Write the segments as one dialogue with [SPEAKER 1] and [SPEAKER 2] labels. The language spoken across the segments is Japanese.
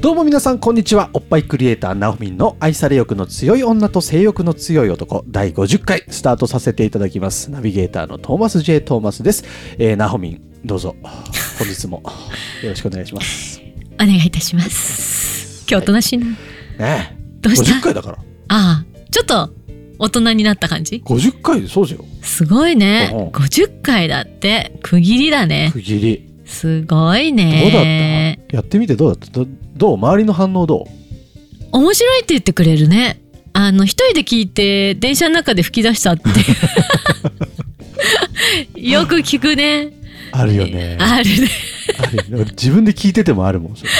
[SPEAKER 1] どうも皆さんこんにちはおっぱいクリエイターなおみんの愛され欲の強い女と性欲の強い男第50回スタートさせていただきますナビゲーターのトーマス J トーマスです、えー、なおみんどうぞ本日もよろしくお願いします
[SPEAKER 2] お願いいたします。今日おとなしいな。
[SPEAKER 1] ねえ
[SPEAKER 2] どうした
[SPEAKER 1] 50回だから
[SPEAKER 2] ああ、ちょっと大人になった感じ
[SPEAKER 1] 50回でそうじゃよ
[SPEAKER 2] すごい
[SPEAKER 1] うん
[SPEAKER 2] ね。50回だって、区切りだね。
[SPEAKER 1] 区切り
[SPEAKER 2] すごい
[SPEAKER 1] どうだった、
[SPEAKER 2] ね。
[SPEAKER 1] やってみてどうだったどどう周りの反応ど
[SPEAKER 2] 面白いって言ってくれるね。あの、一人で聞いて、電車の中で吹き出し たっていう。よく聞くね。
[SPEAKER 1] うあるよね
[SPEAKER 2] あるね。
[SPEAKER 1] あるよね俺自分で聞いててもあ るもんそれ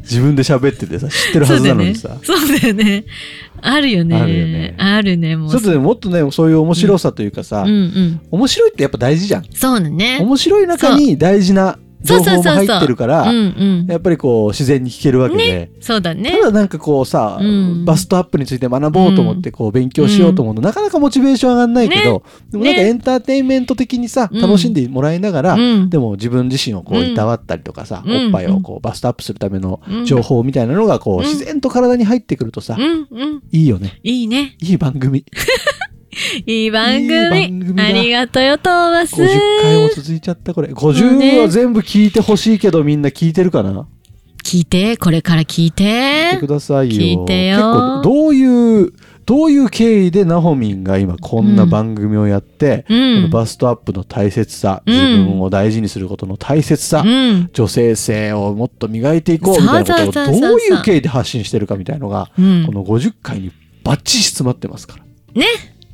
[SPEAKER 1] 自分で喋っててさ知ってるは
[SPEAKER 2] そう
[SPEAKER 1] ず
[SPEAKER 2] だ
[SPEAKER 1] な
[SPEAKER 2] よ
[SPEAKER 1] の
[SPEAKER 2] ね。
[SPEAKER 1] にさ、
[SPEAKER 2] そうだよね。あるよね。
[SPEAKER 1] あるよね
[SPEAKER 2] あるねもう。
[SPEAKER 1] ちょっとねもっとねそういう面白さというかさ、
[SPEAKER 2] うんうん。
[SPEAKER 1] 面白いってやっぱ大事じゃん
[SPEAKER 2] そうだね。
[SPEAKER 1] 面白い中に大事な情報も入ってるか
[SPEAKER 2] うん
[SPEAKER 1] ら
[SPEAKER 2] うん。
[SPEAKER 1] やっぱりこう自然に聞けるわけで、
[SPEAKER 2] そうだね
[SPEAKER 1] た。だなんかこうさ、
[SPEAKER 2] うん
[SPEAKER 1] バストアップについて学ぼうと思ってこう勉強しようと思うと、なかなかモチベーション上がんないけど、でもなんか
[SPEAKER 2] ね
[SPEAKER 1] エンターテインメント的にさ、
[SPEAKER 2] うん
[SPEAKER 1] 楽しんでもらいながら、
[SPEAKER 2] うん
[SPEAKER 1] でも自分自身をこう
[SPEAKER 2] うん
[SPEAKER 1] いたわったりとかさ、
[SPEAKER 2] うん
[SPEAKER 1] おっぱいをこうバストアップするための
[SPEAKER 2] うん
[SPEAKER 1] 情報みたいなのがこう、
[SPEAKER 2] うん
[SPEAKER 1] 自然と体に入ってくるとさ、
[SPEAKER 2] うんうん。
[SPEAKER 1] いいよね
[SPEAKER 2] いいね。
[SPEAKER 1] いい番組
[SPEAKER 2] いい番組。
[SPEAKER 1] いい番組だ
[SPEAKER 2] ありがとうよ、トーマス。
[SPEAKER 1] 50回も続いちゃったこれ50は全部聞いてほしいけどみんな聞いてるかな
[SPEAKER 2] 聞いて、これから聞
[SPEAKER 1] 聞
[SPEAKER 2] い
[SPEAKER 1] い
[SPEAKER 2] て
[SPEAKER 1] てく。ださいよ。
[SPEAKER 2] 聞いてよ
[SPEAKER 1] 結構どういうどういう経緯でナホミンが今こんな番組をやって、
[SPEAKER 2] う
[SPEAKER 1] この
[SPEAKER 2] ん。
[SPEAKER 1] バストアップの大切さ、
[SPEAKER 2] うん
[SPEAKER 1] 自分を大事にすることの大切さ、
[SPEAKER 2] うん。
[SPEAKER 1] 女性性をもっと磨いていこうみたいなこと
[SPEAKER 2] そ
[SPEAKER 1] を
[SPEAKER 2] うそうそうそう
[SPEAKER 1] どういう経緯で発信してるかみたいのが、
[SPEAKER 2] うん
[SPEAKER 1] こ。の50回にバッチリ詰まってますから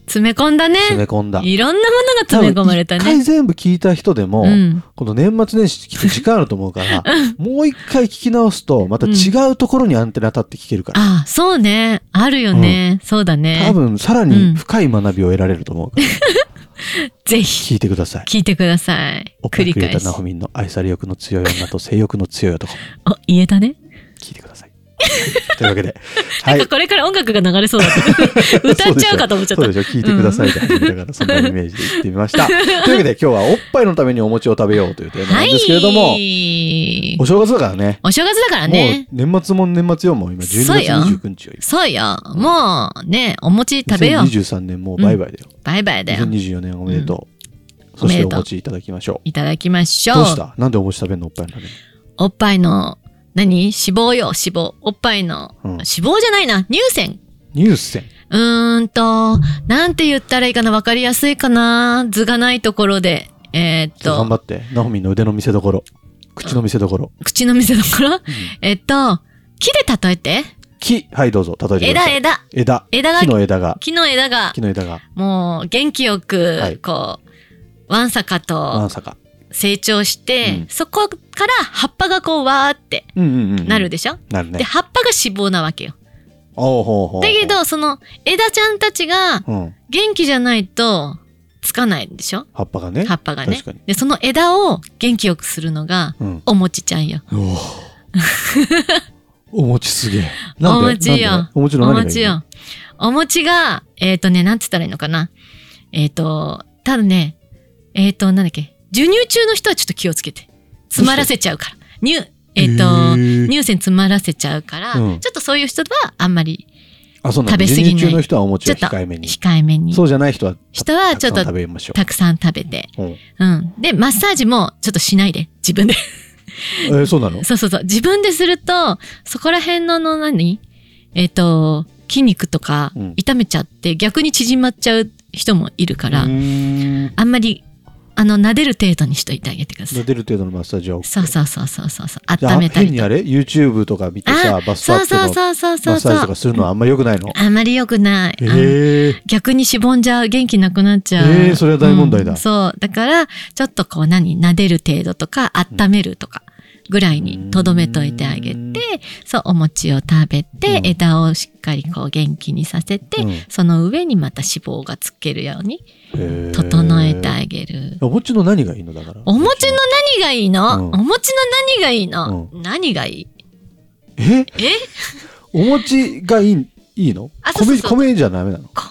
[SPEAKER 2] 詰め込んだね。
[SPEAKER 1] 詰め込んだ。
[SPEAKER 2] いろんなものが詰め込まれた
[SPEAKER 1] 多分一
[SPEAKER 2] ね。
[SPEAKER 1] 回全部聞いた人でも、
[SPEAKER 2] うん。
[SPEAKER 1] この年末年始きっと時間あると思う から、もう一回聞き直すと、また違うところにアンテナ立って聞けるから。
[SPEAKER 2] ああ、そうね。あるよね。そうだ
[SPEAKER 1] 多
[SPEAKER 2] ね。
[SPEAKER 1] 分さらに深い学びを得られると思うから、
[SPEAKER 2] ぜひ、
[SPEAKER 1] 聞いてください。
[SPEAKER 2] 聞いてください。
[SPEAKER 1] おっぱ
[SPEAKER 2] 繰
[SPEAKER 1] い
[SPEAKER 2] り
[SPEAKER 1] くれ
[SPEAKER 2] 返
[SPEAKER 1] た
[SPEAKER 2] し
[SPEAKER 1] な。ほみんの愛され欲の強い女と性欲の強い 男、
[SPEAKER 2] お、言えたね。
[SPEAKER 1] 聞いてください。 というわけで、は
[SPEAKER 2] なんかこれから音楽が流れそう だった。歌っちゃうかと思っちゃった
[SPEAKER 1] そう。でしょ、聞いてくださいって始めたから、そんなイメージで言ってみました。というわけで、今日はおっぱいのためにお餅を食べようというテーマな
[SPEAKER 2] は
[SPEAKER 1] ん
[SPEAKER 2] い。
[SPEAKER 1] ですけれども、お
[SPEAKER 2] お
[SPEAKER 1] 正月だからね、
[SPEAKER 2] 正月だからね。
[SPEAKER 1] もう年末も年末よ、もう今12
[SPEAKER 2] そうよ
[SPEAKER 1] 月29日よ。
[SPEAKER 2] そうよ。もうね、お餅食べよう。
[SPEAKER 1] 2023年もうバイバイだよ。
[SPEAKER 2] バイバイだよ。
[SPEAKER 1] 2024年おめでとう。
[SPEAKER 2] ん
[SPEAKER 1] そして
[SPEAKER 2] おめでと
[SPEAKER 1] お
[SPEAKER 2] う
[SPEAKER 1] 餅いただきましょう。
[SPEAKER 2] いただきましょう。
[SPEAKER 1] どうしたなんでお餅食べんのおっぱいのために。
[SPEAKER 2] おっぱいの、何脂肪よ、脂肪。おっぱいの、
[SPEAKER 1] うん
[SPEAKER 2] 脂肪じゃないな、乳腺。
[SPEAKER 1] ニュース線。
[SPEAKER 2] うーんと、なんて言ったらいいかな、わかりやすいかな。図がないところで。えーっ
[SPEAKER 1] 頑張
[SPEAKER 2] と、
[SPEAKER 1] って。ナホミンの腕の見せ所。口の見せ所。
[SPEAKER 2] 口の見せ所えっと、木で例えて。
[SPEAKER 1] 木。はい、どうぞ。例えてくだ
[SPEAKER 2] 枝、
[SPEAKER 1] さい。
[SPEAKER 2] 枝。
[SPEAKER 1] 枝。
[SPEAKER 2] 枝が
[SPEAKER 1] 木の枝が。
[SPEAKER 2] 木の枝が
[SPEAKER 1] 木、の枝が。
[SPEAKER 2] もう元気よ
[SPEAKER 1] はい
[SPEAKER 2] く、こう、わんさか
[SPEAKER 1] ま
[SPEAKER 2] と
[SPEAKER 1] さか。
[SPEAKER 2] 成長して、
[SPEAKER 1] うん
[SPEAKER 2] そこから葉っぱがこう、わーって
[SPEAKER 1] うんうんうん。
[SPEAKER 2] なる。でしょ、
[SPEAKER 1] なるね
[SPEAKER 2] で、。葉っぱが脂肪なわけよ。
[SPEAKER 1] おうほうほう。
[SPEAKER 2] だけど、その枝ちゃんたちが
[SPEAKER 1] うん。
[SPEAKER 2] 元気じゃないとつかないんでしょ
[SPEAKER 1] 葉っぱがね。
[SPEAKER 2] 葉っぱがね
[SPEAKER 1] 確かに。
[SPEAKER 2] で、その枝を元気よくするのが、
[SPEAKER 1] うん。
[SPEAKER 2] お餅ちゃんよ。
[SPEAKER 1] おお。お餅すげえ。なんで
[SPEAKER 2] お餅よ
[SPEAKER 1] なんでお餅
[SPEAKER 2] お
[SPEAKER 1] の何がいいの
[SPEAKER 2] 餅。よ。お餅が、えっ、とね、なんつったらいいのかな。えっ、と、ただね、えっ、と、なんだっけ、授乳中の人はちょっと気をつけて。詰まらせちゃうから。乳、えっ、と、
[SPEAKER 1] へえ
[SPEAKER 2] 乳腺詰まらせちゃうから、
[SPEAKER 1] うん
[SPEAKER 2] ちょっとそういう人はあんまり、
[SPEAKER 1] あ、そうなん
[SPEAKER 2] 食べ
[SPEAKER 1] だ。
[SPEAKER 2] 過
[SPEAKER 1] 授
[SPEAKER 2] ぎない
[SPEAKER 1] 乳中の人はお餅
[SPEAKER 2] ち
[SPEAKER 1] を
[SPEAKER 2] ょっと
[SPEAKER 1] 控えめに。
[SPEAKER 2] 控えめに。
[SPEAKER 1] そうじゃない人は。
[SPEAKER 2] 人はちょっ
[SPEAKER 1] た
[SPEAKER 2] と
[SPEAKER 1] くさん食べましょ
[SPEAKER 2] たくさん食べて。
[SPEAKER 1] う。うん
[SPEAKER 2] うん。で、マッサージもちょっとしないで、 自分で。
[SPEAKER 1] えー、そうなの
[SPEAKER 2] そうそうそう。自分ですると、そこら辺のの何えっ、と、筋肉とか
[SPEAKER 1] うん
[SPEAKER 2] 痛めちゃって、逆に縮まっちゃう人もいるから、
[SPEAKER 1] うーん
[SPEAKER 2] あんまり、あの、撫でる程度にしといてあげてください。
[SPEAKER 1] 出る程度のマッサージは OK
[SPEAKER 2] そうそうそうそうそうそう。
[SPEAKER 1] じゃ
[SPEAKER 2] 温
[SPEAKER 1] あ
[SPEAKER 2] めたり
[SPEAKER 1] 変に
[SPEAKER 2] と
[SPEAKER 1] あ
[SPEAKER 2] か。
[SPEAKER 1] れ YouTube とか見てさ
[SPEAKER 2] あ
[SPEAKER 1] バストア
[SPEAKER 2] そう
[SPEAKER 1] ップの
[SPEAKER 2] そう
[SPEAKER 1] マ
[SPEAKER 2] そうそうそ
[SPEAKER 1] ッ
[SPEAKER 2] う
[SPEAKER 1] サージと
[SPEAKER 2] そ
[SPEAKER 1] か
[SPEAKER 2] う。
[SPEAKER 1] するのはあんま良くないの
[SPEAKER 2] あまり良くない。
[SPEAKER 1] へ
[SPEAKER 2] うん
[SPEAKER 1] え
[SPEAKER 2] 逆にしぼんじゃう元気なくなっちゃう。
[SPEAKER 1] ええそれは大問題だ
[SPEAKER 2] うんそう。だから、ちょっとこう何、撫でる程度とか、温めるとか、ぐらいにとどめといてあげて、そう、お餅を食べて
[SPEAKER 1] う、ん
[SPEAKER 2] 枝をしっかりこう元気にさせて、
[SPEAKER 1] うん
[SPEAKER 2] その上にまた脂肪がつけるように
[SPEAKER 1] へー
[SPEAKER 2] 整えてあげる。
[SPEAKER 1] お餅の何がいいのだから
[SPEAKER 2] お餅の何がいいの、
[SPEAKER 1] うん
[SPEAKER 2] お餅の何がいいの、何がいい
[SPEAKER 1] え
[SPEAKER 2] え
[SPEAKER 1] お餅がいいいいの
[SPEAKER 2] あそうそうそう
[SPEAKER 1] 米米じゃダメなの
[SPEAKER 2] 米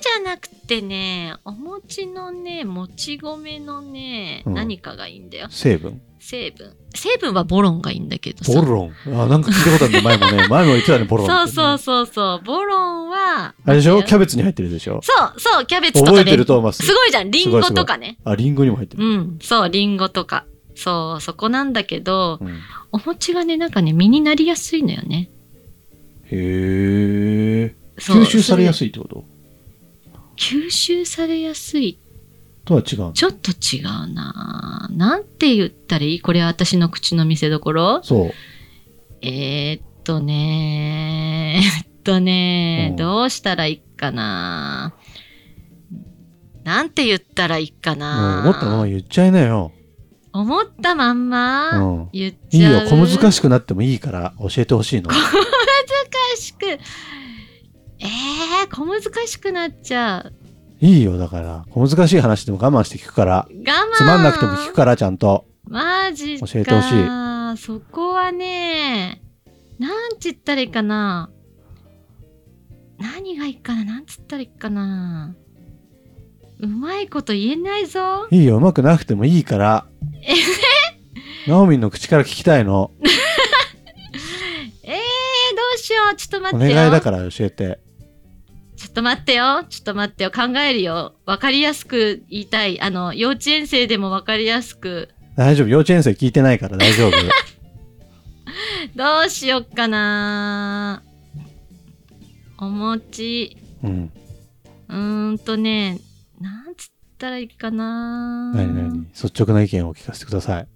[SPEAKER 2] じゃなくてね、お餅のね、もち米のね、
[SPEAKER 1] うん
[SPEAKER 2] 何かがいいんだよ。
[SPEAKER 1] 成分
[SPEAKER 2] 成分。成分はボロンがいいんだけどさ。
[SPEAKER 1] ボロンあなんか聞いたことあるね前もね 前も言ってたねボロンってね
[SPEAKER 2] そうそうそうそう。ボロンは、
[SPEAKER 1] あれでしょ
[SPEAKER 2] なんて
[SPEAKER 1] キ
[SPEAKER 2] い
[SPEAKER 1] ャ
[SPEAKER 2] う
[SPEAKER 1] ベツに入ってるでしょ
[SPEAKER 2] そうそう、キャベツとか
[SPEAKER 1] 覚
[SPEAKER 2] で。
[SPEAKER 1] えてるトーマス
[SPEAKER 2] すごいじゃん。リンゴとかね。
[SPEAKER 1] あリンゴにも入ってる
[SPEAKER 2] うん。そう、リンゴとか。そう、そこなんだけど、
[SPEAKER 1] うん
[SPEAKER 2] お餅がね、なんかね、身になりやすいのよね。
[SPEAKER 1] へえ
[SPEAKER 2] そう
[SPEAKER 1] 吸収されや
[SPEAKER 2] い。
[SPEAKER 1] すいってこと
[SPEAKER 2] それ吸収されやすい。
[SPEAKER 1] とは違うの
[SPEAKER 2] ちょっと違うなぁなんて言ったらいいこれは私の口の見せどころ
[SPEAKER 1] そう
[SPEAKER 2] えー、っとねー、えっとね
[SPEAKER 1] うん
[SPEAKER 2] ー、どうしたらいいかななんて言ったらいいか
[SPEAKER 1] もう
[SPEAKER 2] な
[SPEAKER 1] 思ったまま言っちゃいなよ
[SPEAKER 2] 思ったまんま、
[SPEAKER 1] うん
[SPEAKER 2] 言っ
[SPEAKER 1] いい
[SPEAKER 2] ちゃ
[SPEAKER 1] よ
[SPEAKER 2] う。
[SPEAKER 1] 小難
[SPEAKER 2] し
[SPEAKER 1] しくなってもいいから教えてほしいの
[SPEAKER 2] く。えー、小難しくなっちゃう。
[SPEAKER 1] いいよだから小難しい話でも我慢して聞くから
[SPEAKER 2] 我慢。
[SPEAKER 1] つまんなくても聞くからちゃんと
[SPEAKER 2] マジか。
[SPEAKER 1] 教えてほし
[SPEAKER 2] そこはね、なんちったらいいかな。何がいいかななんつったらいいかな。うまいこと言えないぞ。
[SPEAKER 1] いいよ、うまくなくてもいいから。ナオミンの口から聞きたいの。
[SPEAKER 2] えー、どうしよう。ちょっと待
[SPEAKER 1] お
[SPEAKER 2] って
[SPEAKER 1] 願
[SPEAKER 2] よ。
[SPEAKER 1] いだから教えて。
[SPEAKER 2] ちょっと待ってよ。ちょっと待ってよ。考えるよ。わかりやすく言いたい。あの、幼稚園生でもわかりやすく。
[SPEAKER 1] 大丈夫、幼稚園生聞いてないから大 丈夫。
[SPEAKER 2] どうしよっかな。お餅。
[SPEAKER 1] うん。
[SPEAKER 2] うーんとね、なんつったらいいかな。
[SPEAKER 1] なになに率直な意見を聞かせてください。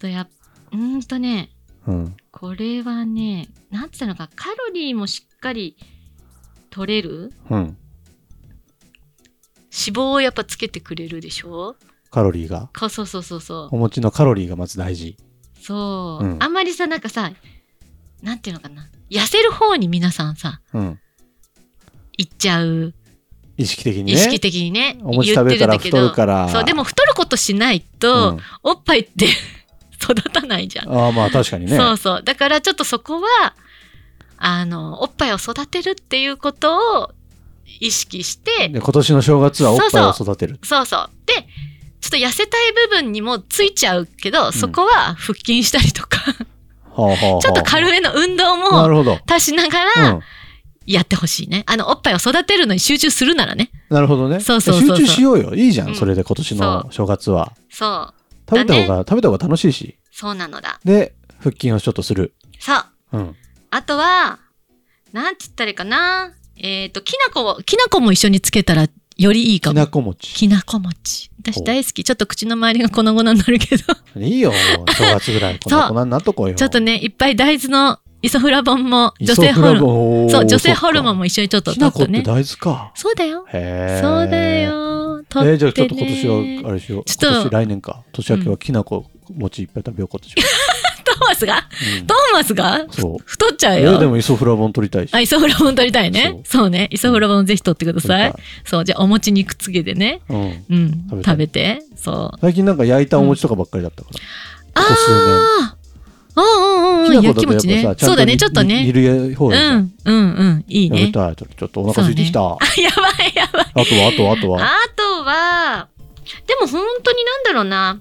[SPEAKER 2] とやっうーんとね、
[SPEAKER 1] うん。
[SPEAKER 2] これはね、なんつったのか、カロリーもしっかり取れる
[SPEAKER 1] うん。
[SPEAKER 2] 脂肪をやっぱつけてくれるでしょ
[SPEAKER 1] カロリーが。
[SPEAKER 2] かそうそうそうそう。
[SPEAKER 1] お餅のカロリーがまず大事。
[SPEAKER 2] そう、
[SPEAKER 1] うん
[SPEAKER 2] あんまりさ、なんかさ、なんていうのかな。痩せる方に皆さんさ、
[SPEAKER 1] うん。
[SPEAKER 2] 行っちゃう。
[SPEAKER 1] 意識的にね。
[SPEAKER 2] 意識的にね。
[SPEAKER 1] お餅食べたら太るから。
[SPEAKER 2] そう、でも太ることしないと、
[SPEAKER 1] うん
[SPEAKER 2] おっぱいって 育たないじゃん。
[SPEAKER 1] ああ、まあ確かにね。
[SPEAKER 2] そうそう。だからちょっとそこは、あの、おっぱいを育てるっていうことを意識して、
[SPEAKER 1] で今年の正月はおっぱいを育てる。
[SPEAKER 2] そうそう。で、ちょっと痩せたい部分にもついちゃうけど、そこは腹筋したりとか、
[SPEAKER 1] は あはあはあ
[SPEAKER 2] ちょっと軽めの運動
[SPEAKER 1] な
[SPEAKER 2] も
[SPEAKER 1] るほど。
[SPEAKER 2] 足しなが
[SPEAKER 1] う
[SPEAKER 2] ら
[SPEAKER 1] ん。
[SPEAKER 2] やってほしいね。あの、おっぱいを育てるのに集中するならね。
[SPEAKER 1] なるほどね。
[SPEAKER 2] そうそうそうそう
[SPEAKER 1] 集中しようよ。いいじゃ、
[SPEAKER 2] うんん
[SPEAKER 1] それで今年の正月は。
[SPEAKER 2] そう。
[SPEAKER 1] 食べた方
[SPEAKER 2] だ
[SPEAKER 1] が、食べた方が楽しいし。
[SPEAKER 2] そうなのだ。
[SPEAKER 1] で、腹筋をちょっとする。
[SPEAKER 2] そう。
[SPEAKER 1] うん。
[SPEAKER 2] あとは、なんつったらいいかな。えっ、と、きなこを、きなこも一緒につけたらよりいいか
[SPEAKER 1] き
[SPEAKER 2] も
[SPEAKER 1] な。こ餅。
[SPEAKER 2] きなこ餅。私大好き。ちょっと口の周りが粉々になるけど。
[SPEAKER 1] いいよ、正月ぐら い。こんな粉になっとこうよ。
[SPEAKER 2] ちょっと
[SPEAKER 1] ね、
[SPEAKER 2] ね、いっぱい大豆のイソフラボンも、女性ホルモン。
[SPEAKER 1] モ
[SPEAKER 2] そう、女性ホルモン
[SPEAKER 1] も
[SPEAKER 2] も一緒にちょっと
[SPEAKER 1] きなこ
[SPEAKER 2] 取っ
[SPEAKER 1] ってて
[SPEAKER 2] ね。
[SPEAKER 1] 大豆か。
[SPEAKER 2] そうだよ。
[SPEAKER 1] へえ。
[SPEAKER 2] そうだ。よ。
[SPEAKER 1] え
[SPEAKER 2] 取ってね。
[SPEAKER 1] じゃあちょっと今年は、あれしよう。
[SPEAKER 2] ちょっと
[SPEAKER 1] 今年来年か。年明けはきなこ餅いっぱい食べよう、今年は。
[SPEAKER 2] トーマスが
[SPEAKER 1] うん
[SPEAKER 2] トーマスが
[SPEAKER 1] そう。
[SPEAKER 2] 太っちゃう
[SPEAKER 1] いや、で
[SPEAKER 2] よ。
[SPEAKER 1] もイソフラボン取りたいし。
[SPEAKER 2] あ、イソフラボン取りたいね。そうね。イソフラボンぜひ取ってくだ
[SPEAKER 1] 取り
[SPEAKER 2] さ
[SPEAKER 1] た
[SPEAKER 2] い。そう、じゃあお餅にくっつけてね。
[SPEAKER 1] うん。
[SPEAKER 2] う
[SPEAKER 1] 食べた
[SPEAKER 2] ん。
[SPEAKER 1] い
[SPEAKER 2] 食べて。そう。
[SPEAKER 1] 最近なんか焼いたお餅とかばっかりだったから。ここ数年
[SPEAKER 2] ああうんうんうん。焼
[SPEAKER 1] きな粉
[SPEAKER 2] き
[SPEAKER 1] だ
[SPEAKER 2] 餅
[SPEAKER 1] とやっ
[SPEAKER 2] ね
[SPEAKER 1] ぱ。さ
[SPEAKER 2] そうだね。
[SPEAKER 1] ち
[SPEAKER 2] ち
[SPEAKER 1] ゃ
[SPEAKER 2] ょ
[SPEAKER 1] ん
[SPEAKER 2] っ
[SPEAKER 1] と
[SPEAKER 2] と
[SPEAKER 1] 煮
[SPEAKER 2] ね。
[SPEAKER 1] 煮る方
[SPEAKER 2] う
[SPEAKER 1] がいいじゃん。
[SPEAKER 2] んうんうん。いい
[SPEAKER 1] 食べ
[SPEAKER 2] ね。
[SPEAKER 1] たい。ちょっとお腹空いてきた。あ
[SPEAKER 2] やばいやばい。
[SPEAKER 1] とは、あとは、あとは。
[SPEAKER 2] あとは、でも本当になんだろうな。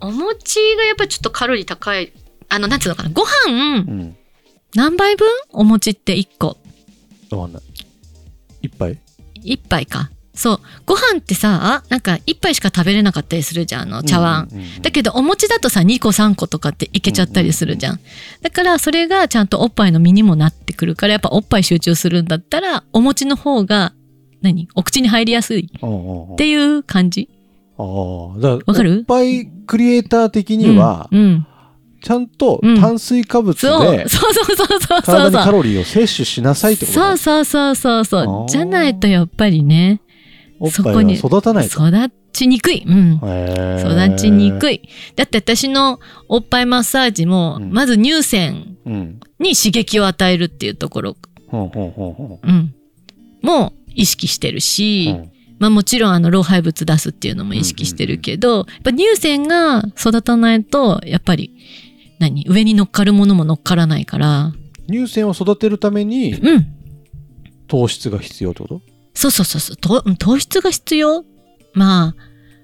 [SPEAKER 2] お餅がやっぱちょっとカロリー高い。あの、なんつうのかな。ご飯、
[SPEAKER 1] うん。
[SPEAKER 2] 何杯分お餅って1個。
[SPEAKER 1] わかんない。一杯
[SPEAKER 2] 1杯か。そう。ご飯ってさ、なんか1杯しか食べれなかったりするじゃん、あの、茶碗。
[SPEAKER 1] うんうんうん
[SPEAKER 2] だけど、お餅だとさ、2個3個とかっていけちゃったりするじゃん。だから、それがちゃんとおっぱいの身にもなってくるから、やっぱおっぱい集中するんだったら、お餅の方が、何お口に入りやすいっ
[SPEAKER 1] うんうんうん
[SPEAKER 2] ていう感じ。
[SPEAKER 1] ああ、だ
[SPEAKER 2] わかる
[SPEAKER 1] いっぱいクリエイター的には
[SPEAKER 2] う、んうん
[SPEAKER 1] ちゃんと
[SPEAKER 2] うん
[SPEAKER 1] 炭水化物
[SPEAKER 2] そう
[SPEAKER 1] で
[SPEAKER 2] そうそうそうそうそ
[SPEAKER 1] 体
[SPEAKER 2] う
[SPEAKER 1] に
[SPEAKER 2] そ
[SPEAKER 1] カ
[SPEAKER 2] う
[SPEAKER 1] ロリーを摂取しなさいってこと
[SPEAKER 2] そうそうそうそう
[SPEAKER 1] あ
[SPEAKER 2] そ
[SPEAKER 1] ー
[SPEAKER 2] うじゃないとやっぱりね
[SPEAKER 1] おっ
[SPEAKER 2] そ
[SPEAKER 1] ぱ
[SPEAKER 2] こ
[SPEAKER 1] いは
[SPEAKER 2] に
[SPEAKER 1] 育たないと。
[SPEAKER 2] 育ちにくい。うん。
[SPEAKER 1] 相
[SPEAKER 2] 育ちにく
[SPEAKER 1] い。
[SPEAKER 2] い。だって私のおっぱいマッサージも、
[SPEAKER 1] うん
[SPEAKER 2] まず乳腺
[SPEAKER 1] うん。
[SPEAKER 2] に刺激を与えるっていうところ、
[SPEAKER 1] ほうほうほうほ
[SPEAKER 2] うん、も意識して
[SPEAKER 1] う。
[SPEAKER 2] る
[SPEAKER 1] う
[SPEAKER 2] し、
[SPEAKER 1] ん
[SPEAKER 2] まあもちろんあの老廃物出すっていうのも意識してるけど、やっぱ乳腺が育たないと、やっぱり、何上に乗っかるものも乗っからないから、
[SPEAKER 1] 乳腺を育てるために
[SPEAKER 2] うん。
[SPEAKER 1] 糖質が必要ってこと
[SPEAKER 2] そうそうそうそうとうん、糖質が必要ま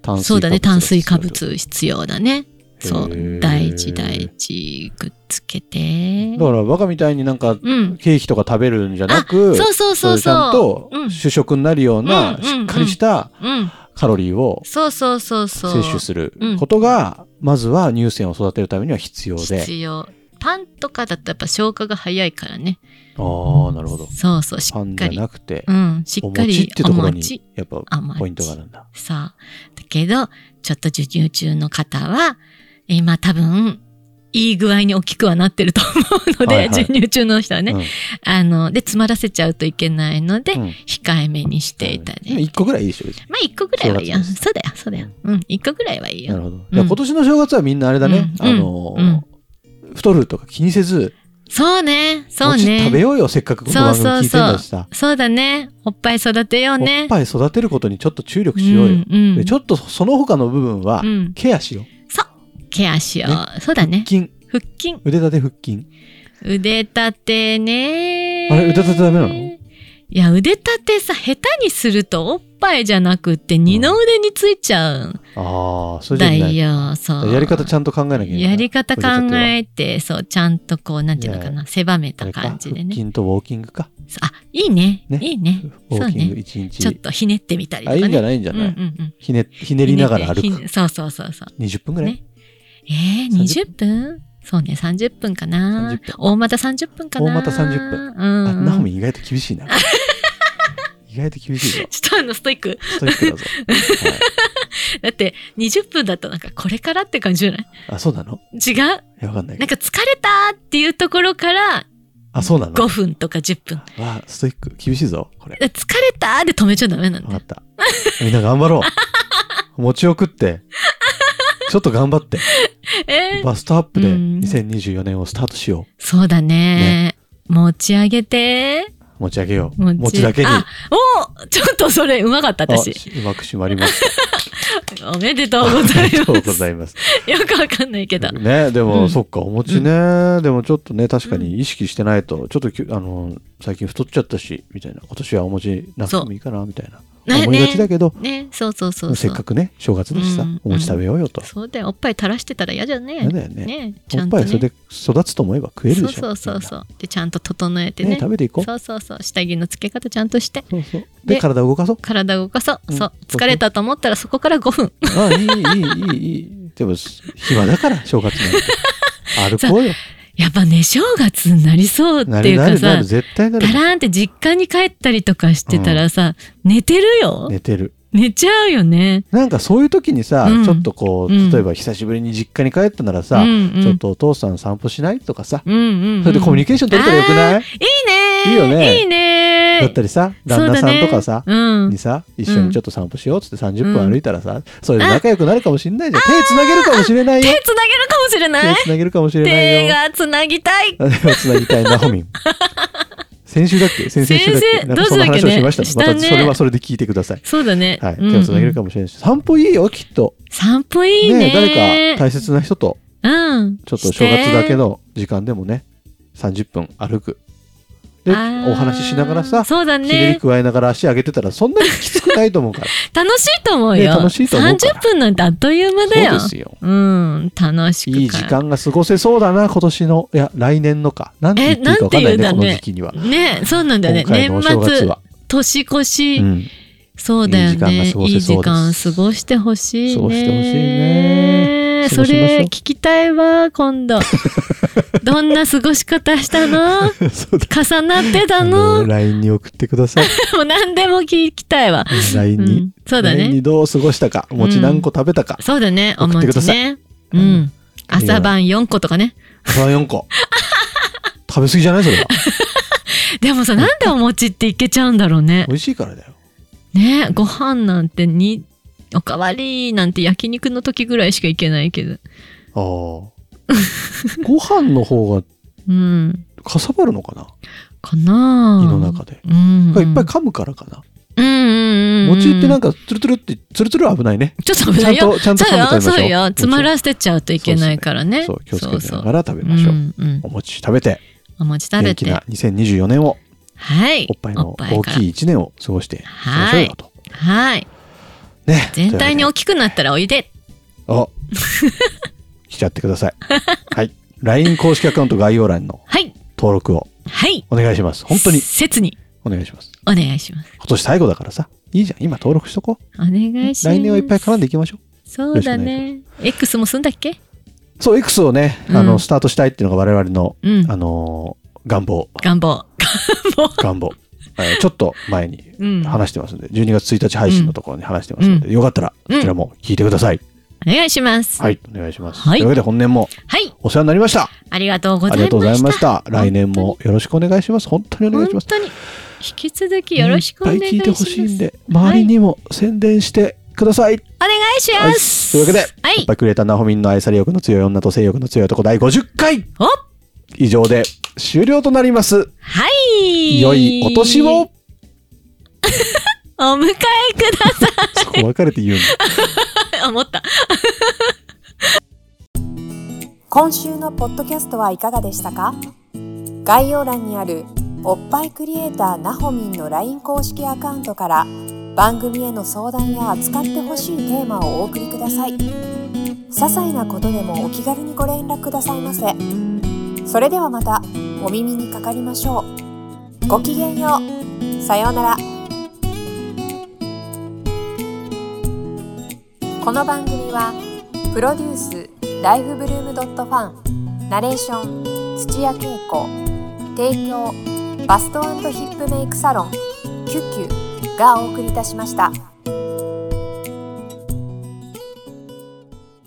[SPEAKER 1] 炭
[SPEAKER 2] あ、
[SPEAKER 1] 水化物
[SPEAKER 2] そうだね、炭水化
[SPEAKER 1] が
[SPEAKER 2] 物必要だね。そ
[SPEAKER 1] へ
[SPEAKER 2] う
[SPEAKER 1] ー、
[SPEAKER 2] 大事大事、くっつけて
[SPEAKER 1] 必要。だから我がみたいになんか
[SPEAKER 2] うん。
[SPEAKER 1] ケーキとか食べるんじゃな
[SPEAKER 2] あ
[SPEAKER 1] く、
[SPEAKER 2] そうそうそう
[SPEAKER 1] ちゃん
[SPEAKER 2] そ
[SPEAKER 1] と
[SPEAKER 2] う。うん、
[SPEAKER 1] 主食になるような
[SPEAKER 2] うん
[SPEAKER 1] しっかりした
[SPEAKER 2] うん。
[SPEAKER 1] カロリーを
[SPEAKER 2] そうそうそうそう。
[SPEAKER 1] 摂取する
[SPEAKER 2] うん
[SPEAKER 1] ことが、まずは乳腺を育てるためには必要で。
[SPEAKER 2] 必要。パンとかだとやっぱ消化が早いからね。
[SPEAKER 1] ああ、なるほど。
[SPEAKER 2] そうそう、し
[SPEAKER 1] パン
[SPEAKER 2] っ
[SPEAKER 1] じ
[SPEAKER 2] か
[SPEAKER 1] ゃ
[SPEAKER 2] り。
[SPEAKER 1] なくて、
[SPEAKER 2] うん、し
[SPEAKER 1] お
[SPEAKER 2] っか
[SPEAKER 1] 餅っ
[SPEAKER 2] り
[SPEAKER 1] てところ
[SPEAKER 2] お餅
[SPEAKER 1] にやっぱ
[SPEAKER 2] あまち
[SPEAKER 1] ポイントがあるんだ。
[SPEAKER 2] さあ。だけど、ちょっと授乳中の方は、今多分、いい具合に大きくはなってると思うので、
[SPEAKER 1] はいはい
[SPEAKER 2] 授乳中の人はね、
[SPEAKER 1] うん
[SPEAKER 2] あの、で、詰まらせちゃうといけないので、
[SPEAKER 1] うん
[SPEAKER 2] 控えめにしていた
[SPEAKER 1] でも
[SPEAKER 2] ね。
[SPEAKER 1] 一個ぐらいいいでしょ、別に
[SPEAKER 2] まあ、一個ぐらいはいいよ。
[SPEAKER 1] 正月です
[SPEAKER 2] そうだよ、そうだよ。うん、一個ぐらいはいい
[SPEAKER 1] な
[SPEAKER 2] よ。
[SPEAKER 1] るほど。だから今年の正月はみんなあれだね、
[SPEAKER 2] うん
[SPEAKER 1] あのー
[SPEAKER 2] うん
[SPEAKER 1] 太るとか気にせず、
[SPEAKER 2] そうね、そう
[SPEAKER 1] 餅食べ
[SPEAKER 2] ね。
[SPEAKER 1] ようよ、せっかくこの番組聞いてんだしさ。
[SPEAKER 2] そうだね。おっぱい育てようね。
[SPEAKER 1] おっぱい育てることにちょっと注力しようよ。
[SPEAKER 2] うんうん、
[SPEAKER 1] でちょっとその他の部分は
[SPEAKER 2] うん
[SPEAKER 1] ケアしよう。
[SPEAKER 2] ケアしよう。そうだね。
[SPEAKER 1] 筋、
[SPEAKER 2] 腹筋。
[SPEAKER 1] 腕立て腹筋。
[SPEAKER 2] 腕立てね
[SPEAKER 1] あれ腕立てダメなの
[SPEAKER 2] いや、腕立てさ、下手にするとおっぱいじゃなくって二の腕についちゃうん
[SPEAKER 1] ああ、それじゃ
[SPEAKER 2] だ
[SPEAKER 1] いけない。
[SPEAKER 2] よ。そう。
[SPEAKER 1] やり方ちゃんと考えなきゃいけない。
[SPEAKER 2] やり方考えて、そう、ちゃんとこう、なんていうのかな、狭め
[SPEAKER 1] あ
[SPEAKER 2] た
[SPEAKER 1] れか
[SPEAKER 2] 感じで
[SPEAKER 1] 腹
[SPEAKER 2] ね。
[SPEAKER 1] 筋とウォーキングか。
[SPEAKER 2] そうあ、いいね。
[SPEAKER 1] ね
[SPEAKER 2] いいね。
[SPEAKER 1] ウォ
[SPEAKER 2] そう
[SPEAKER 1] ーキング
[SPEAKER 2] ね。
[SPEAKER 1] 一日。
[SPEAKER 2] ちょっとひねってみたりと
[SPEAKER 1] あ、
[SPEAKER 2] か
[SPEAKER 1] い
[SPEAKER 2] ね。
[SPEAKER 1] いんじゃないいいんじゃ
[SPEAKER 2] うんう
[SPEAKER 1] ない、
[SPEAKER 2] んうん。
[SPEAKER 1] ひねひねりながら歩
[SPEAKER 2] ひ
[SPEAKER 1] く
[SPEAKER 2] ねって。ひねそうそうそうそう。
[SPEAKER 1] 20分ぐらい、
[SPEAKER 2] ねえー、20分そうね、30分かな
[SPEAKER 1] 30分。
[SPEAKER 2] 大股30分かな。
[SPEAKER 1] 大股30分。
[SPEAKER 2] うん、
[SPEAKER 1] あ、
[SPEAKER 2] うん。
[SPEAKER 1] ナホミン意外と厳しいな。意外と厳しいぞ。
[SPEAKER 2] ちょっとあのストイック。
[SPEAKER 1] ストイックだぞ。はい、
[SPEAKER 2] だって20分だとなんかこれからって感じじゃない
[SPEAKER 1] あ、そうなの
[SPEAKER 2] 違う
[SPEAKER 1] いや、わかんないけど。
[SPEAKER 2] なんか疲れたっていうところから
[SPEAKER 1] あ、そうなの
[SPEAKER 2] 5分とか10分。
[SPEAKER 1] わ、ストイック。厳しいぞ、これ。
[SPEAKER 2] だから疲れたで止めちゃダメなん
[SPEAKER 1] わ
[SPEAKER 2] だ
[SPEAKER 1] か
[SPEAKER 2] よ
[SPEAKER 1] っ。た。みんな頑張ろう。餅を食って。ちょっと頑張って。
[SPEAKER 2] えー
[SPEAKER 1] バストアップで
[SPEAKER 2] うん
[SPEAKER 1] 2024年をスタートしよ
[SPEAKER 2] そうだね持ち上げて。
[SPEAKER 1] う。持ち上げよう。
[SPEAKER 2] 持ち
[SPEAKER 1] 餅だけに。
[SPEAKER 2] あ、おーちょっとそれうまかった私。
[SPEAKER 1] あうまく締まりました。
[SPEAKER 2] おめでとうござ
[SPEAKER 1] あ
[SPEAKER 2] い
[SPEAKER 1] りがとう
[SPEAKER 2] ま
[SPEAKER 1] ご
[SPEAKER 2] す。
[SPEAKER 1] ざいます。
[SPEAKER 2] よくわかんないけど。
[SPEAKER 1] ね、でも、
[SPEAKER 2] うん
[SPEAKER 1] そっか、お餅ね。でもちょっとね、確かに意識してないと、ちょっときゅ、あの、最近太っちゃったし、みたいな。今年はお餅なくてもいいかな、みたいな。
[SPEAKER 2] ね
[SPEAKER 1] 思いがちだけど、
[SPEAKER 2] ね、そうそうそうそう。
[SPEAKER 1] せっかくね、正月だしさ、
[SPEAKER 2] うん
[SPEAKER 1] お餅食べようよと。
[SPEAKER 2] そうだよ。おっぱい垂らしてたら嫌じゃ
[SPEAKER 1] 嫌
[SPEAKER 2] ね
[SPEAKER 1] だよね。
[SPEAKER 2] ねち
[SPEAKER 1] お
[SPEAKER 2] ゃ
[SPEAKER 1] っ
[SPEAKER 2] んと、
[SPEAKER 1] ぱ
[SPEAKER 2] ね。
[SPEAKER 1] いそれで育つと思えば食えるでしょ。
[SPEAKER 2] そうそうそうそうう。で、ちゃんと整えてね。
[SPEAKER 1] ね、食べていこう。
[SPEAKER 2] そうそうそう。下着の付け方ちゃんとして。
[SPEAKER 1] そうそう。で、
[SPEAKER 2] で
[SPEAKER 1] 体を動 かそう。
[SPEAKER 2] 体を動かそう。
[SPEAKER 1] うん
[SPEAKER 2] そう。疲れたと思ったらそこから5分。
[SPEAKER 1] ああ、いい、いい、いい、いい。でも、暇だから、正月なん て。歩こうよ。
[SPEAKER 2] やっぱね、正月になりそうって
[SPEAKER 1] な
[SPEAKER 2] いう
[SPEAKER 1] るな
[SPEAKER 2] か
[SPEAKER 1] るな
[SPEAKER 2] さ
[SPEAKER 1] る、、絶対なる
[SPEAKER 2] だ。らーんって実家に帰ったりとかしてたらさ、寝てるよ、
[SPEAKER 1] 寝てる。
[SPEAKER 2] 寝ちゃうよね。
[SPEAKER 1] なんかそういう時にさ、
[SPEAKER 2] うん
[SPEAKER 1] ちょっとこ
[SPEAKER 2] う
[SPEAKER 1] う、
[SPEAKER 2] ん
[SPEAKER 1] 例えば久しぶりに実家に帰ったならさ、
[SPEAKER 2] うんうん
[SPEAKER 1] ちょっとお父さん散歩しないとかさ、
[SPEAKER 2] うんうん、うん。
[SPEAKER 1] それでコミュニケーション取れたらよくない
[SPEAKER 2] いいね
[SPEAKER 1] いいよね
[SPEAKER 2] いいね
[SPEAKER 1] だったりさ、旦那さんとかさ、
[SPEAKER 2] そうだねうん
[SPEAKER 1] に。さ、一緒にちょっと散歩しようっつって30分歩いたらさ、それで仲良くなるかもしんないじゃん。手つなげるかもしれない
[SPEAKER 2] 手
[SPEAKER 1] よ。
[SPEAKER 2] つなげるかもしれない
[SPEAKER 1] 手つなげるかもしれない
[SPEAKER 2] 手
[SPEAKER 1] よ。
[SPEAKER 2] がつなぎたい
[SPEAKER 1] 手をつなぎたいな、ホミ ン。先週だっけ先々週だっ
[SPEAKER 2] 先
[SPEAKER 1] けな
[SPEAKER 2] 々
[SPEAKER 1] んかそんな話
[SPEAKER 2] ど
[SPEAKER 1] をし
[SPEAKER 2] うした
[SPEAKER 1] ま
[SPEAKER 2] っ
[SPEAKER 1] し
[SPEAKER 2] け
[SPEAKER 1] た。ま
[SPEAKER 2] ねした
[SPEAKER 1] た
[SPEAKER 2] ね
[SPEAKER 1] それはそれで聞いてください。
[SPEAKER 2] そうだね。
[SPEAKER 1] はい。手をつなげるか
[SPEAKER 2] も。
[SPEAKER 1] もしれないし、散歩いいよ、きっと。
[SPEAKER 2] 散歩いいね。
[SPEAKER 1] ね誰か大切な人と、
[SPEAKER 2] うん。
[SPEAKER 1] ちょっと正月だけ
[SPEAKER 2] の。
[SPEAKER 1] の時間でもね、30分歩く。で、お
[SPEAKER 2] あー
[SPEAKER 1] 話ししながらさ、
[SPEAKER 2] そうだ
[SPEAKER 1] ひね
[SPEAKER 2] ね
[SPEAKER 1] り。加えながら足上げてたら、そんなにきつくないと思う から。
[SPEAKER 2] 楽しいと思う
[SPEAKER 1] ね
[SPEAKER 2] よ。
[SPEAKER 1] 楽しいと思うから
[SPEAKER 2] 30分なんてあっという間だよ。
[SPEAKER 1] そうですよ。
[SPEAKER 2] うん、楽しくか
[SPEAKER 1] いい時。間が過ごせそうだな、今年の。いや、来年のか。なんて言っていいか分かんない
[SPEAKER 2] え
[SPEAKER 1] ね、
[SPEAKER 2] な
[SPEAKER 1] こ
[SPEAKER 2] んて言うんだね
[SPEAKER 1] の時期には。
[SPEAKER 2] ね、そうなんだよね。
[SPEAKER 1] 今回のお
[SPEAKER 2] 年
[SPEAKER 1] 正月
[SPEAKER 2] 末、
[SPEAKER 1] は。
[SPEAKER 2] 年越し、
[SPEAKER 1] うん
[SPEAKER 2] そうだよ
[SPEAKER 1] い
[SPEAKER 2] ね。い
[SPEAKER 1] い
[SPEAKER 2] い
[SPEAKER 1] 時
[SPEAKER 2] 時
[SPEAKER 1] 間
[SPEAKER 2] 間
[SPEAKER 1] 過
[SPEAKER 2] 過
[SPEAKER 1] ご
[SPEAKER 2] ごしてほしいね。
[SPEAKER 1] そうしてほしいね過
[SPEAKER 2] そ
[SPEAKER 1] ごしましょう
[SPEAKER 2] れ聞きたいわ、今 度。どんな過ごし方したの
[SPEAKER 1] そうだ。
[SPEAKER 2] 重なってた
[SPEAKER 1] あ
[SPEAKER 2] の
[SPEAKER 1] の、LINE に送ってください。
[SPEAKER 2] もう何でも聞きたいわ。
[SPEAKER 1] LINE
[SPEAKER 2] う
[SPEAKER 1] に
[SPEAKER 2] ん。そうだね
[SPEAKER 1] LINE にどう過ごしたか、お餅何個食べたか、
[SPEAKER 2] そうだね、お
[SPEAKER 1] 送ってくだ
[SPEAKER 2] 餅
[SPEAKER 1] さ
[SPEAKER 2] ね。
[SPEAKER 1] う
[SPEAKER 2] うんん。朝晩4個とかね。
[SPEAKER 1] 3、4個。 食べ過ぎじゃないそれは。
[SPEAKER 2] でもさ、なんでお餅っていけちゃうんだろうね。
[SPEAKER 1] 美味しいからだよ。
[SPEAKER 2] ね、ご飯なんてにおかわりなんて焼肉の時ぐらいしか行けないけど。
[SPEAKER 1] ああ。 ご飯の方が
[SPEAKER 2] うん。
[SPEAKER 1] かさばるのかな
[SPEAKER 2] かな
[SPEAKER 1] 胃
[SPEAKER 2] ぁ
[SPEAKER 1] の中で。
[SPEAKER 2] うん、うん。
[SPEAKER 1] いっぱい噛むからかな。
[SPEAKER 2] うんうんうん。
[SPEAKER 1] 餅ってなん
[SPEAKER 2] か、
[SPEAKER 1] か、つるつるって、つるつるは危ないね。
[SPEAKER 2] ちょっと危
[SPEAKER 1] ち
[SPEAKER 2] な
[SPEAKER 1] ゃ
[SPEAKER 2] い
[SPEAKER 1] ん
[SPEAKER 2] よ。
[SPEAKER 1] と、ちゃんと噛
[SPEAKER 2] そう
[SPEAKER 1] んで食べま
[SPEAKER 2] よ、
[SPEAKER 1] しょう。
[SPEAKER 2] そうよ。つま
[SPEAKER 1] い
[SPEAKER 2] らせちゃうといけないからね。
[SPEAKER 1] そう、気をつけてなが
[SPEAKER 2] ら
[SPEAKER 1] ら食べましょう。
[SPEAKER 2] んうん
[SPEAKER 1] お。餅食べて、
[SPEAKER 2] お餅食べ
[SPEAKER 1] 元気
[SPEAKER 2] て
[SPEAKER 1] な。2024年を、
[SPEAKER 2] はい。
[SPEAKER 1] おっぱいの
[SPEAKER 2] い
[SPEAKER 1] 大
[SPEAKER 2] から
[SPEAKER 1] きい1年を過ごしていきましょうよと。
[SPEAKER 2] はい。
[SPEAKER 1] ね。
[SPEAKER 2] 全体
[SPEAKER 1] とい
[SPEAKER 2] に
[SPEAKER 1] うわ
[SPEAKER 2] 大きくなったらおい
[SPEAKER 1] け
[SPEAKER 2] で。
[SPEAKER 1] でお 来ちゃってください。はい。LINE 公式アカウント概要欄の
[SPEAKER 2] はい。
[SPEAKER 1] 登録を
[SPEAKER 2] はい。
[SPEAKER 1] お願いします。本当に
[SPEAKER 2] 切に
[SPEAKER 1] お願いします。
[SPEAKER 2] お願いします。
[SPEAKER 1] 今年最後だからさ、いいじゃん。今登録しとこう。
[SPEAKER 2] お願いします。
[SPEAKER 1] 来年はいっぱい絡んでいきましょう。
[SPEAKER 2] そうだね。X もすんだっけ
[SPEAKER 1] そう、X をね、
[SPEAKER 2] うん
[SPEAKER 1] あの、スタートしたいっていうのが我々の、
[SPEAKER 2] うん。
[SPEAKER 1] あのー願望、
[SPEAKER 2] 願望。
[SPEAKER 1] 願望。えーちょっと前に
[SPEAKER 2] うん。お
[SPEAKER 1] 話してますんで、12月1日配信のところに話してますので、よかったら、そちらも聞いてください。
[SPEAKER 2] 願いします。
[SPEAKER 1] はい、お願いします。
[SPEAKER 2] はい
[SPEAKER 1] というわけで、本年も
[SPEAKER 2] はい。
[SPEAKER 1] お世話になりました。
[SPEAKER 2] ありがとうご
[SPEAKER 1] あ
[SPEAKER 2] ざい
[SPEAKER 1] り
[SPEAKER 2] ました。
[SPEAKER 1] がとうございました。来年もよろしくお願いします。本当にお願
[SPEAKER 2] 本
[SPEAKER 1] いします。
[SPEAKER 2] 当に。引き続きよろしくお願いします。
[SPEAKER 1] いっぱい聞いてほしいんで、周りにも宣伝してください。
[SPEAKER 2] お願いし
[SPEAKER 1] はい、
[SPEAKER 2] ます。
[SPEAKER 1] というわけで、
[SPEAKER 2] は
[SPEAKER 1] おっ
[SPEAKER 2] い
[SPEAKER 1] ぱ。いくれたナホミンの愛され欲の強い女と性欲の強い男第50回
[SPEAKER 2] お
[SPEAKER 1] 以上で終了となります。
[SPEAKER 2] はい。
[SPEAKER 1] 良いお年を
[SPEAKER 2] お迎えくださ
[SPEAKER 1] そこ分かれて言うの。
[SPEAKER 2] い。思った。
[SPEAKER 3] 今週のポッドキャストはいかがでしたか概要欄にあるおっぱいクリエイターなほみんの LINE 公式アカウントから番組への相談や扱ってほしいテーマをお送りください些細なことでもお気軽にご連絡くださいませそれではまたお耳にかかりましょうごきげんようさようならこの番組は「プロデュースライフブルームドットファンナレーション土屋恵子提供バストヒップメイクサロン「キュッキュ」がお送りいたしました。